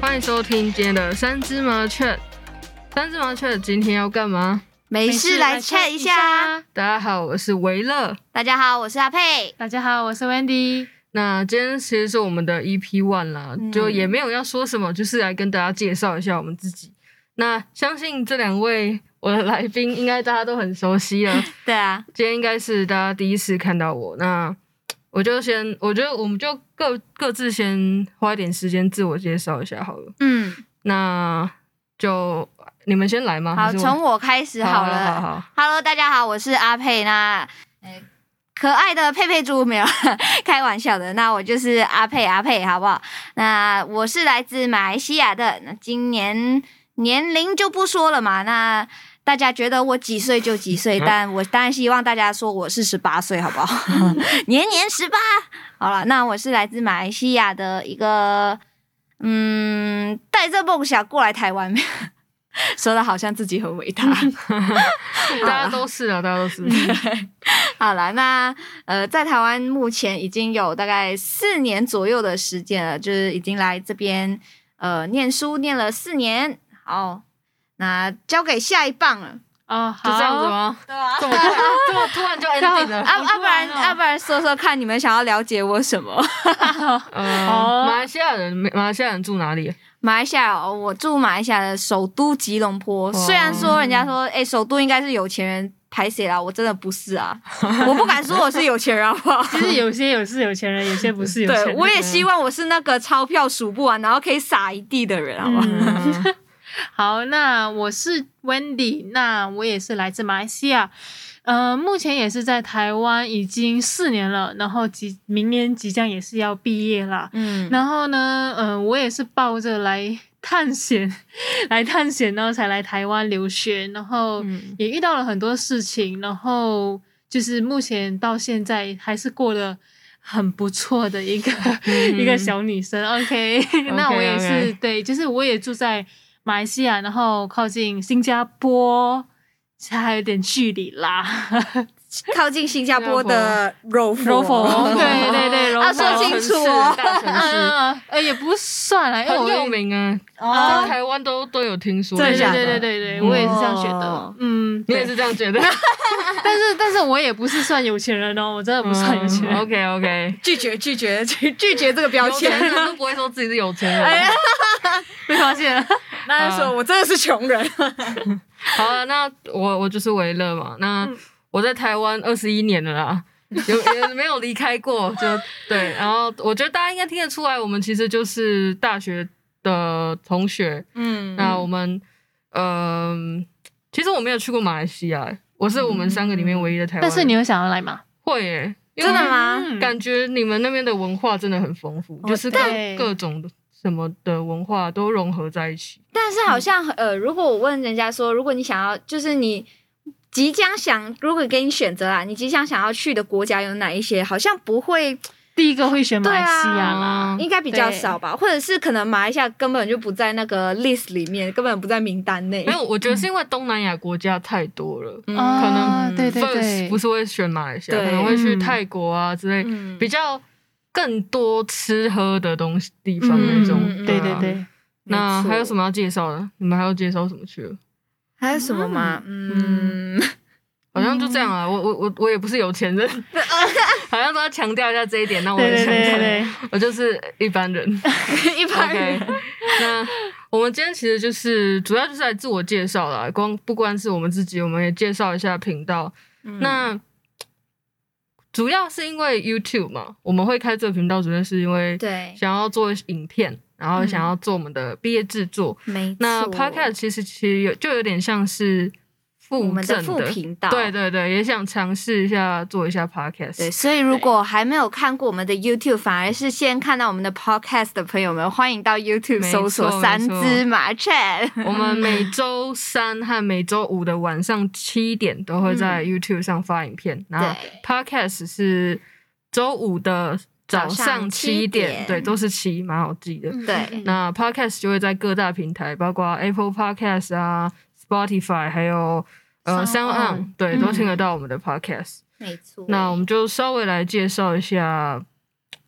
欢迎收听今天的三只麻雀。三只麻雀今天要干嘛？没事来 check 一下。。大家好，我是维乐。大家好，我是阿佩。大家好，我是 Wendy。那今天其实是我们的 EP One 啦，嗯就也没有要说什么，就是来跟大家介绍一下我们自己。那相信这两位我的来宾，应该大家都很熟悉 了。对啊，今天应该是大家第一次看到我，那我就先，我觉得我们就各各自先花一点时间自我介绍一下好了。嗯，那就你们先来吗？好，哦还是我从我开始好好了。好好好 Hello，大家好，我是阿佩。那，呃可爱的佩佩猪没有 开玩笑的，那我就是阿佩阿佩，好不好？那我是来自马来西亚的，那今年年龄就不说了嘛。那大家觉得我几岁就几岁，但我当然希望大家说我是十八岁，好 不好？年年十八。好了，那我是来自马来西亚的一个，嗯，带着梦想过来台湾， 说的好像自己很伟大。 大家都是嗯啊，大家都是。好了，那呃，在台湾目前已经有大概四年左右的时间了，就是已经来这边呃念书念了四年。好，那交给下一棒了。哦，好就这样子？吗？对啊这么突这么突然就 ending 了？啊 好突然哦啊，不然啊，不然说说看，你们想要了解我什么？呃，哦马来西亚人，马来西亚人住哪里？马来西亚哦，我住马来西亚的首都吉隆坡。虽然说人家说，哎、首都应该是有钱人排谁啦，我真的不是啊， 我不敢说我是有钱人，好不好？其实有些有是有钱人，有些不是有钱对，人。我也希望我是那个钞票数不完，然后可以撒一地的人，好不好？嗯好，那我是 Wendy，那我也是来自马来西亚，呃，目前也是在台湾已经四年了，然后即明年即将也是要毕业啦。嗯然后呢，呃，我也是抱着来探险， 来探险，然后才来台湾留学，然后嗯也遇到了很多事情，然后就是目前到现在还是过得很不错的一个、 一个小女生。OK，, 那我也是 OK，OK 对，就是我也住在马来西亚，然后靠近新加坡，还有点距离啦。靠近新加坡的柔佛，柔佛， 对对对，柔佛。啊说清楚嗯哦大城嗯嗯市，嗯 呃，也不算啦，因为很我有名啊，在哦，台湾都都有听说。嗯对真的假对的对对对对，我也是这样觉哦得。嗯，你也对是这样 觉得？但是但是我也不是算有钱人哦，我真的不算有钱人。 OK OK，拒绝拒绝 拒拒绝这个嗯标有钱签，人都不会说自己是有钱人。哎呀 被发现了。那就 说我真的是穷人， 好啊，那我我就是维乐嘛。那嗯我在台湾二十一年了啦，有也没有离开过， 就对。然后我觉得大家应该听得出来，我们其实就是大学的同学。嗯那我们，嗯、其实我没有去过马来西亚、我是我们三个里面唯一的台湾人。但是你有想要来吗？会耶、因为嗯真的吗？嗯感觉你们那边的文化真的很丰富，哦就是各对各种的什么的文化都融合在一起。但是好像呃，如果我问人家说，如果你想要，就是你即将想，如果给你选择啊啦，你即将想要去的国家有哪一些？好像不会，第一个会选马来西对亚啦。啊，应该比较对少吧，或者是可能马来西亚根本就不在那个 list 里面，根本不在名单内没。有，我觉得是因为东南亚国家太多了。嗯可能啊对对 first 对，不是会选马来西亚，对可能会去嗯泰国啊之类，嗯比较更多吃喝的东西地方嗯那种。嗯嗯对对对啊。对，那还有什么？么要介绍的？你们还要介绍什么去了？还有什么吗？嗯，好像就这样啊，我我我我也不是有钱人， 好像都要强调一下这一点。那我嗯对也对强调对一下，对，我就是一般 人。一般 OK，人。那我们今天其实就是主要就是来自我介绍啦，光不光是我们自己，我们也介绍一下频道。嗯那主要是因为 YouTube 嘛，我们会开这个频道，主要是因为对，想要做影片，然后想要做我们的毕业制作。没错。那 Podcast 其实其实有就有点像是我附们赠副频道，对对对，也想尝试一下做一下 Podcast。对，所以如果还没有看过我们的 YouTube，反而是先看到我们的 Podcast 的朋友们，欢迎到 YouTube 没搜索错“三没错只麻雀我们每周三和每周五的晚上七点都会嗯在 YouTube 上发影片，然后 Podcast 是周五的早上七早上点， 7点对，都是七，蛮好记的。嗯对那 Podcast 就会在各大平台，包括 Apple Podcast 啊、Spotify，还有呃 s o u Sound n On On，对，都听得到我们的 Podcast。”。没错。那我们就稍微来介绍一下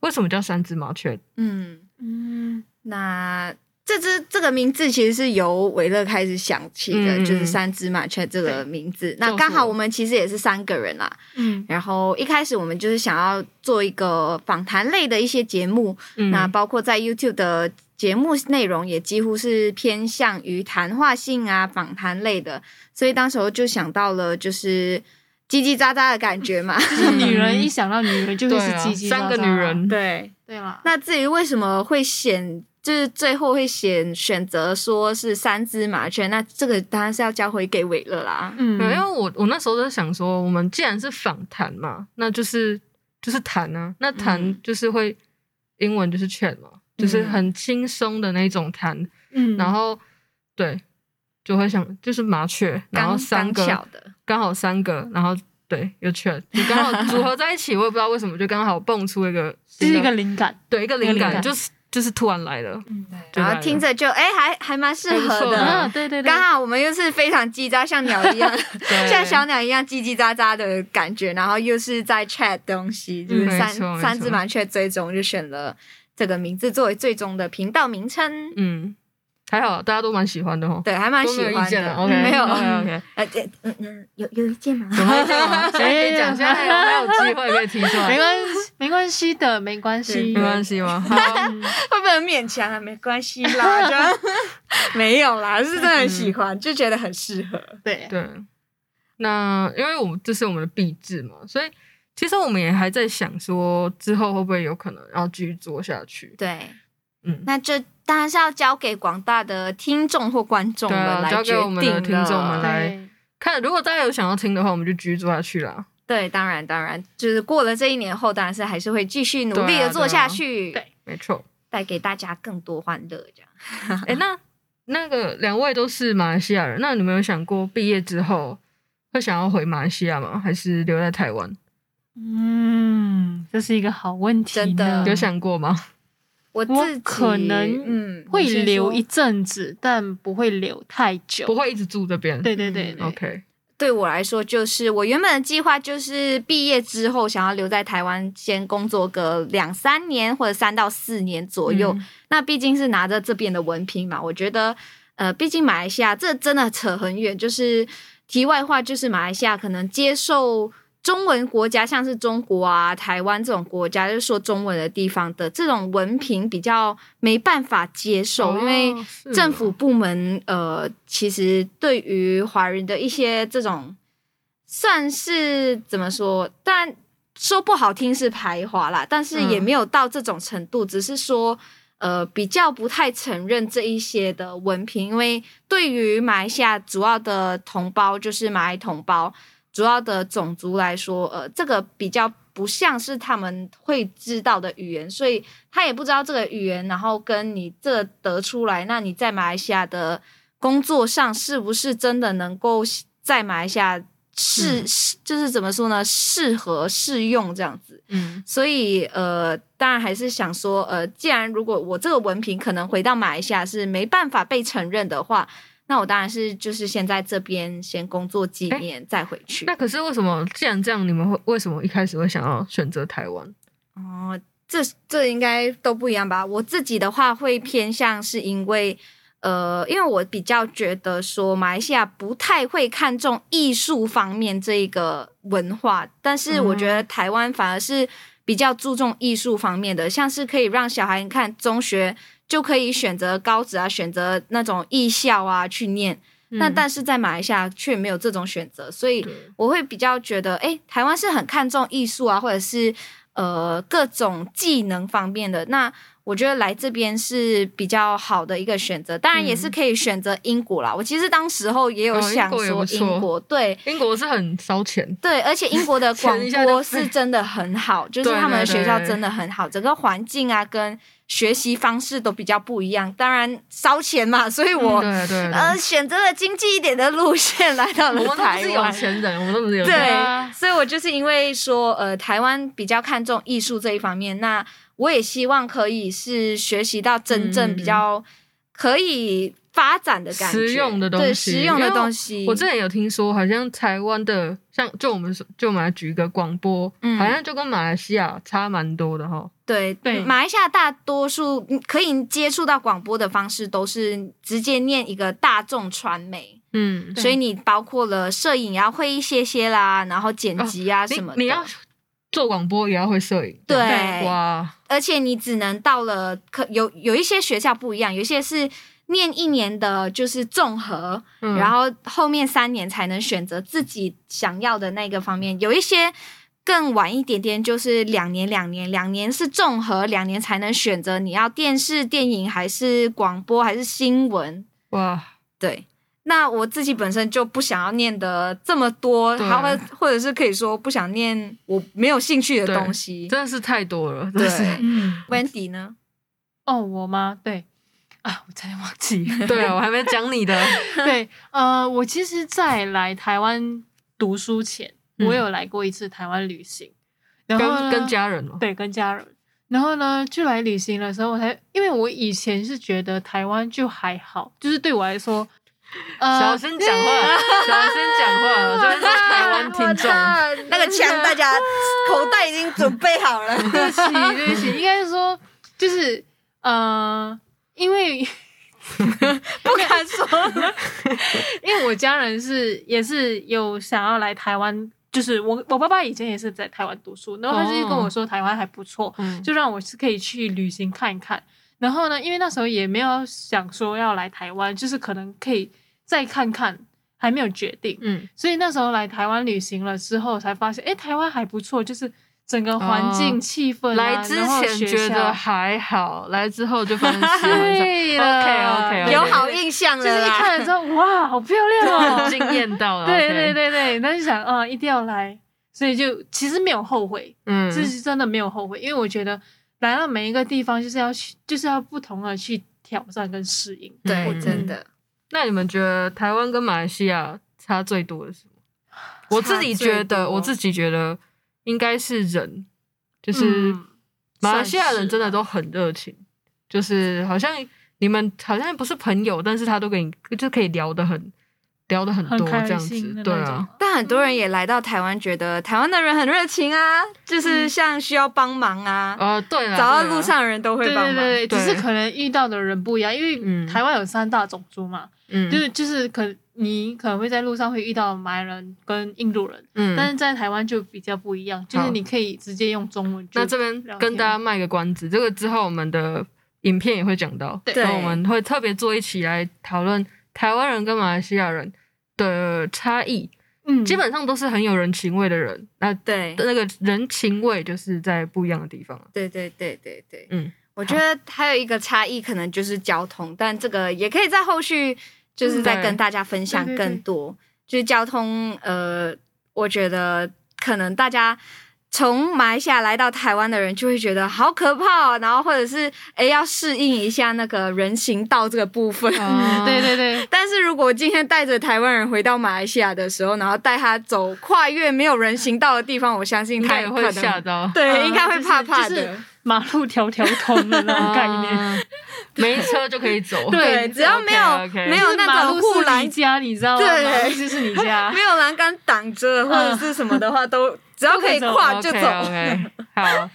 为什么叫三只麻雀。嗯，嗯，那这只这个名字其实是由维勒开始想起嗯的，嗯嗯就是三只麻雀这个名字。那就是刚好我们其实也是三个人啦，嗯，然后一开始我们就是想要做一个访谈类的一些节目，嗯那包括在 YouTube 的节目内容也几乎是偏向于谈话性啊、访谈类的，所以当时候就想到了就是叽叽喳喳的感 觉嘛。就是女人一想到女人就会对是啊叽叽喳喳三个啦女人对对啦，那至于为什么会选，就是最后会选选择说是三只麻雀，那这个当然是要交回给韦勒啦。嗯没有，因为我我那时候在想说，我们既然是访谈嘛，那就是就是谈啊，那嗯谈就是会、英文就是 chat 嘛，就是很轻松的那种谈，嗯，然后对，就会想就是麻雀，然后刚三个刚巧的，刚好三个，然后对有 chat，就刚 好组合在一起，我也不知道为什么就刚好蹦出一个这新是的，一个灵感，对一个一个灵灵感，感就是就是突然来了，嗯，就来然后了听着就哎、还还蛮适还不合错啊的。啊，对对对，刚好我们又是非常叽喳，像鸟一样， 对像小鸟一样叽叽喳喳的感觉，然后又是在 chat 东西，就是嗯三、没错没错三只麻雀最终就选了这个名字作为最终的频道名称，嗯，还好大家都蛮喜欢的哦。对，还蛮都喜没有意欢见的 的， ，OK，没有， OK OK，呃，这嗯嗯，有有意见吗？有没有意见 吗？谁可以讲？现在还有没有机会可以提出来？没关系，没关系的，没关系， 没关系吗？好嗯。会不会很勉强啊？没关系啦， 就没有啦，是真的很喜嗯欢，就觉得很适合。对，对，那因为我们这是我们的壁纸嘛，所以其实我们也还在想说之后会不会有可能要继续做下去。对，嗯，那这当然是要交给广大的听众或观众对们啊来交决给我定们的听众们了来看如果大家有想要听的话，我们就继续做下去啦。对，当然当然，就是过了这一年后，当然是还是会继续努力对的啊做下去，对啊对没错。带给大家更多欢乐。这样，哎、那那个两位都是马来西亚人，那你们有想过毕业之后会想要回马来西亚吗？还是留在台湾？嗯，这是一个好问题呢，真的有想过吗？我我自己可能嗯会你先留说一阵子，但不会留太久。不，会一直住这边？对对对对，OK，对我来说，就是我原本的计划就是毕业之后想要留在台湾先工作个两三年或者三到四年左右。嗯那毕竟是拿着这边的文凭嘛，我觉得呃，毕竟马来西亚这真的扯很远。就是题外话，就是马来西亚可能接受。中文国家像是中国啊、台湾这种国家，就是说中文的地方的这种文凭比较没办法接受，因为哦是政哦府部门呃，其实对于华人的一些这种，算是怎么说？但说不好听是排华啦，但是也嗯没有到这种程度，只是说。呃，比较不太承认这一些的文凭，因为对于马来西亚主要的同胞，就是马来同胞主要的种族来说，呃，这个比较不像是他们会知道的语言，所以他也不知道这个语言，然后跟你这个得出来，那你在马来西亚的工作上是不是真的能够在马来西亚适、适就是怎么说呢，适合适用这样子？嗯所以呃，当然还是想说，呃，既然如果我这个文凭可能回到马来西亚是没办法被承认的话，那我当然是就是先在这边先工作几哎年再回去。那可是为什么？既然这样，你们会为什么一开始会想要选择台湾？哦，这这应该都不一样吧？我自己的话会偏向是因为，呃，因为我比较觉得说马来西亚不太会看重艺术方面这一个文化，但是我觉得台湾反而是比较注重艺术方面的，像是可以让小孩你看中学就可以选择高职啊，选择那种艺校啊去念。那嗯但是在马来西亚却没有这种选择，所以对我会比较觉得，哎，台湾是很看重艺术啊，或者是呃各种技能方面的。那我觉得来这边是比较好的一个选择，当然也是可以选择英国啦。我其实当时候也有嗯哦想英国也说不英国，错对英国是很烧钱，对，而且英 国的广想一下就播是真的很好，就是对他们的对学校对真的很好，整个环境啊跟学习方式都比较不一样。当然烧钱嘛，所以我、嗯对对呃，对。选择了经济一点的路线来到我了们都不台是有湾。钱人，我们都不是有钱人。对啊，所以我就是因为说，呃，台湾比较看重艺术这一方面，那我也希望可以是学习到真正比较可以发展的感嗯觉，实用的东对西实用的因为东西。我之前有听说，好像台湾的像就我们说就我们来举一个广播，嗯好像就跟马来西亚差蛮多的哈。对对马来西亚大多数嗯可以接触到广播的方式都是直接念一个大众传媒，嗯，对所以你包括了摄影也要会一些些啦，然后剪辑啊什么的。哦你你要做广播也要会摄影，对哇，而且你只能到了可有有一些学校不一样，有一些是念一年的就是综合，嗯然后后面三年才能选择自己想要的那个方面。有一些更晚一点点，就是两年、两年、两年是综合，两年才能选择你要电视、电影还是广播还是新闻。哇，对，那我自己本身就不想要念的这么多，对还会或者是可以说不想念我没有兴趣的对东西。真的是太多了，真对的是。嗯， ，Wendy 呢？哦，我吗？对啊，我差点忘记。对啊，我还没讲 你的， 对，呃，我其实，在来台湾读书前，嗯我有来过一次台湾旅行，然后跟呢跟家人哦嘛，对跟家人。然后呢，去来旅行的时候，我才因为我以前是觉得台湾就还好，就是对我来说，呃，小心讲话，小心讲话，我这边是台湾 听众，那个枪，大家啊口袋已经准备好了。对不起，对不起，应该是说就是呃，因为 不敢说，因为我家人是也是有想要来台湾，就是我我爸爸以前也是在台湾读书，然后他就跟哦我说台湾还不错，嗯，就让我是可以去旅行看一看。然后呢，因为那时候也没有想说要来台湾，就是可能可以再看看，还没有决定。嗯，所以那时候来台湾旅行了之后，才发现，诶，台湾还不错，就是整个环境、哦气氛、啊。来之然后前学觉得校哎还好，来之后就发现喜欢 上，对 OK，OK，OK 有好印象就了是一啦。看了之后，哇，好漂 亮哦！啊惊艳 到了，对 OK 对，对对，那就想啊、一定要来，所以就其实没有后悔，嗯，这是真的没有后悔，因为我觉得来到每一个地方就是要去，就是要不同的去挑战跟适应。嗯对，嗯真的，那你们觉得台湾跟马来西亚差最多的是什 么？我自己觉差最得，多我自己觉得应该是人，就是嗯马来西亚人真的算是都很热情，就是好像你们好像不是朋友，但是他都跟你就可以聊得很聊得很很多开这样心子，的对那种啊，。但很多人也来到台湾，觉得台湾的人很热情啊，就是像需要帮忙啊，呃，对啊，找到对啊路，上的人都会嗯哦对帮对忙。对，对只是可能遇到的人不一样，因嗯为台湾有三大种族嘛，嗯，就是就是可你可能会在路上会遇到马来人跟印度人，但嗯，是在台湾就比较不一样，就好是你可以直接用中文就。那这边聊天跟大家卖个关子，这个之后我们的影片也会讲到，对所以我们会特别做一起来讨论台湾人跟马来西亚人的差异。嗯，基本上都是很有人情味的人，那对那个人情味就是在不一样的地方。对对对对对，嗯，我觉得还有一个差异可能就是交通，但这个也可以在后续就是嗯再跟大家分享对对更多。就是交通，呃，我觉得可能大家从马来西亚来到台湾的人就会觉得好可怕、哦，然后或者是哎要适应一下那个人行道这个部分。啊哦对对对， 但是如果今天带着台湾人回到马来西亚的时候，然后带他走跨越没有人行道的地方，我相信 应他该也也可会能吓到。对，嗯应该会怕怕的。就是就是马路条条通的 那种概念。啊没车就可以走。对，对只要没有 OK，OK 没有那种护马路是栏你，家，你知道吗？对马路就是你家 没。有栏杆挡着或者是什么的 话，都只要可以跨啊就 OK 走。 OK，好。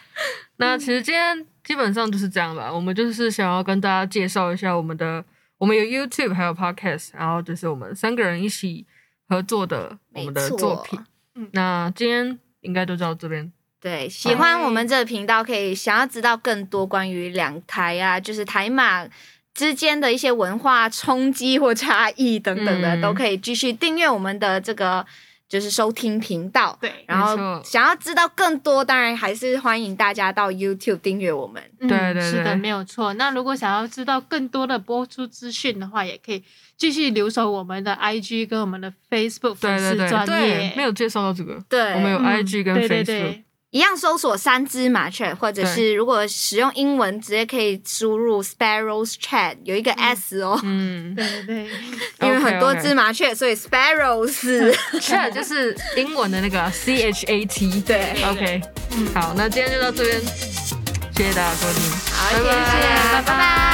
那其实今天基本上就是这样吧，我们就是想要跟大家介绍一下我们的，我们有 YouTube 还有 Podcast，然后就是我们三个人一起合作的我们的没错作品嗯。那今天应该就到这边。对，喜欢我们这个频道，可以想要知道更多关于两台啊，就是台马之间的一些文化冲击或差异等等的，嗯都可以继续订阅我们的这个就是收听频道。对，然没错后想要知道更多，当然还是欢迎大家到 YouTube 订阅我们。 嗯对对是对的，没有错。那如果想要知道更多的播出资讯的话，也可以继续留守我们的 IG 跟我们的 Facebook 对粉对丝对专对业，，没有介绍到这个，对，我们有嗯 IG 跟对对 Facebook 对，一样搜索三只麻雀，或者是如果使用英文，直接可以输入 sparrows chat，有一个 s 哦，嗯，对对对，因为 OK，很多 OK 只麻雀，所以 sparrows。 chat 就是英文的那个 C H A T。对，OK，嗯好，那今天就到这边，谢谢大家收听，好，谢拜谢，拜拜拜。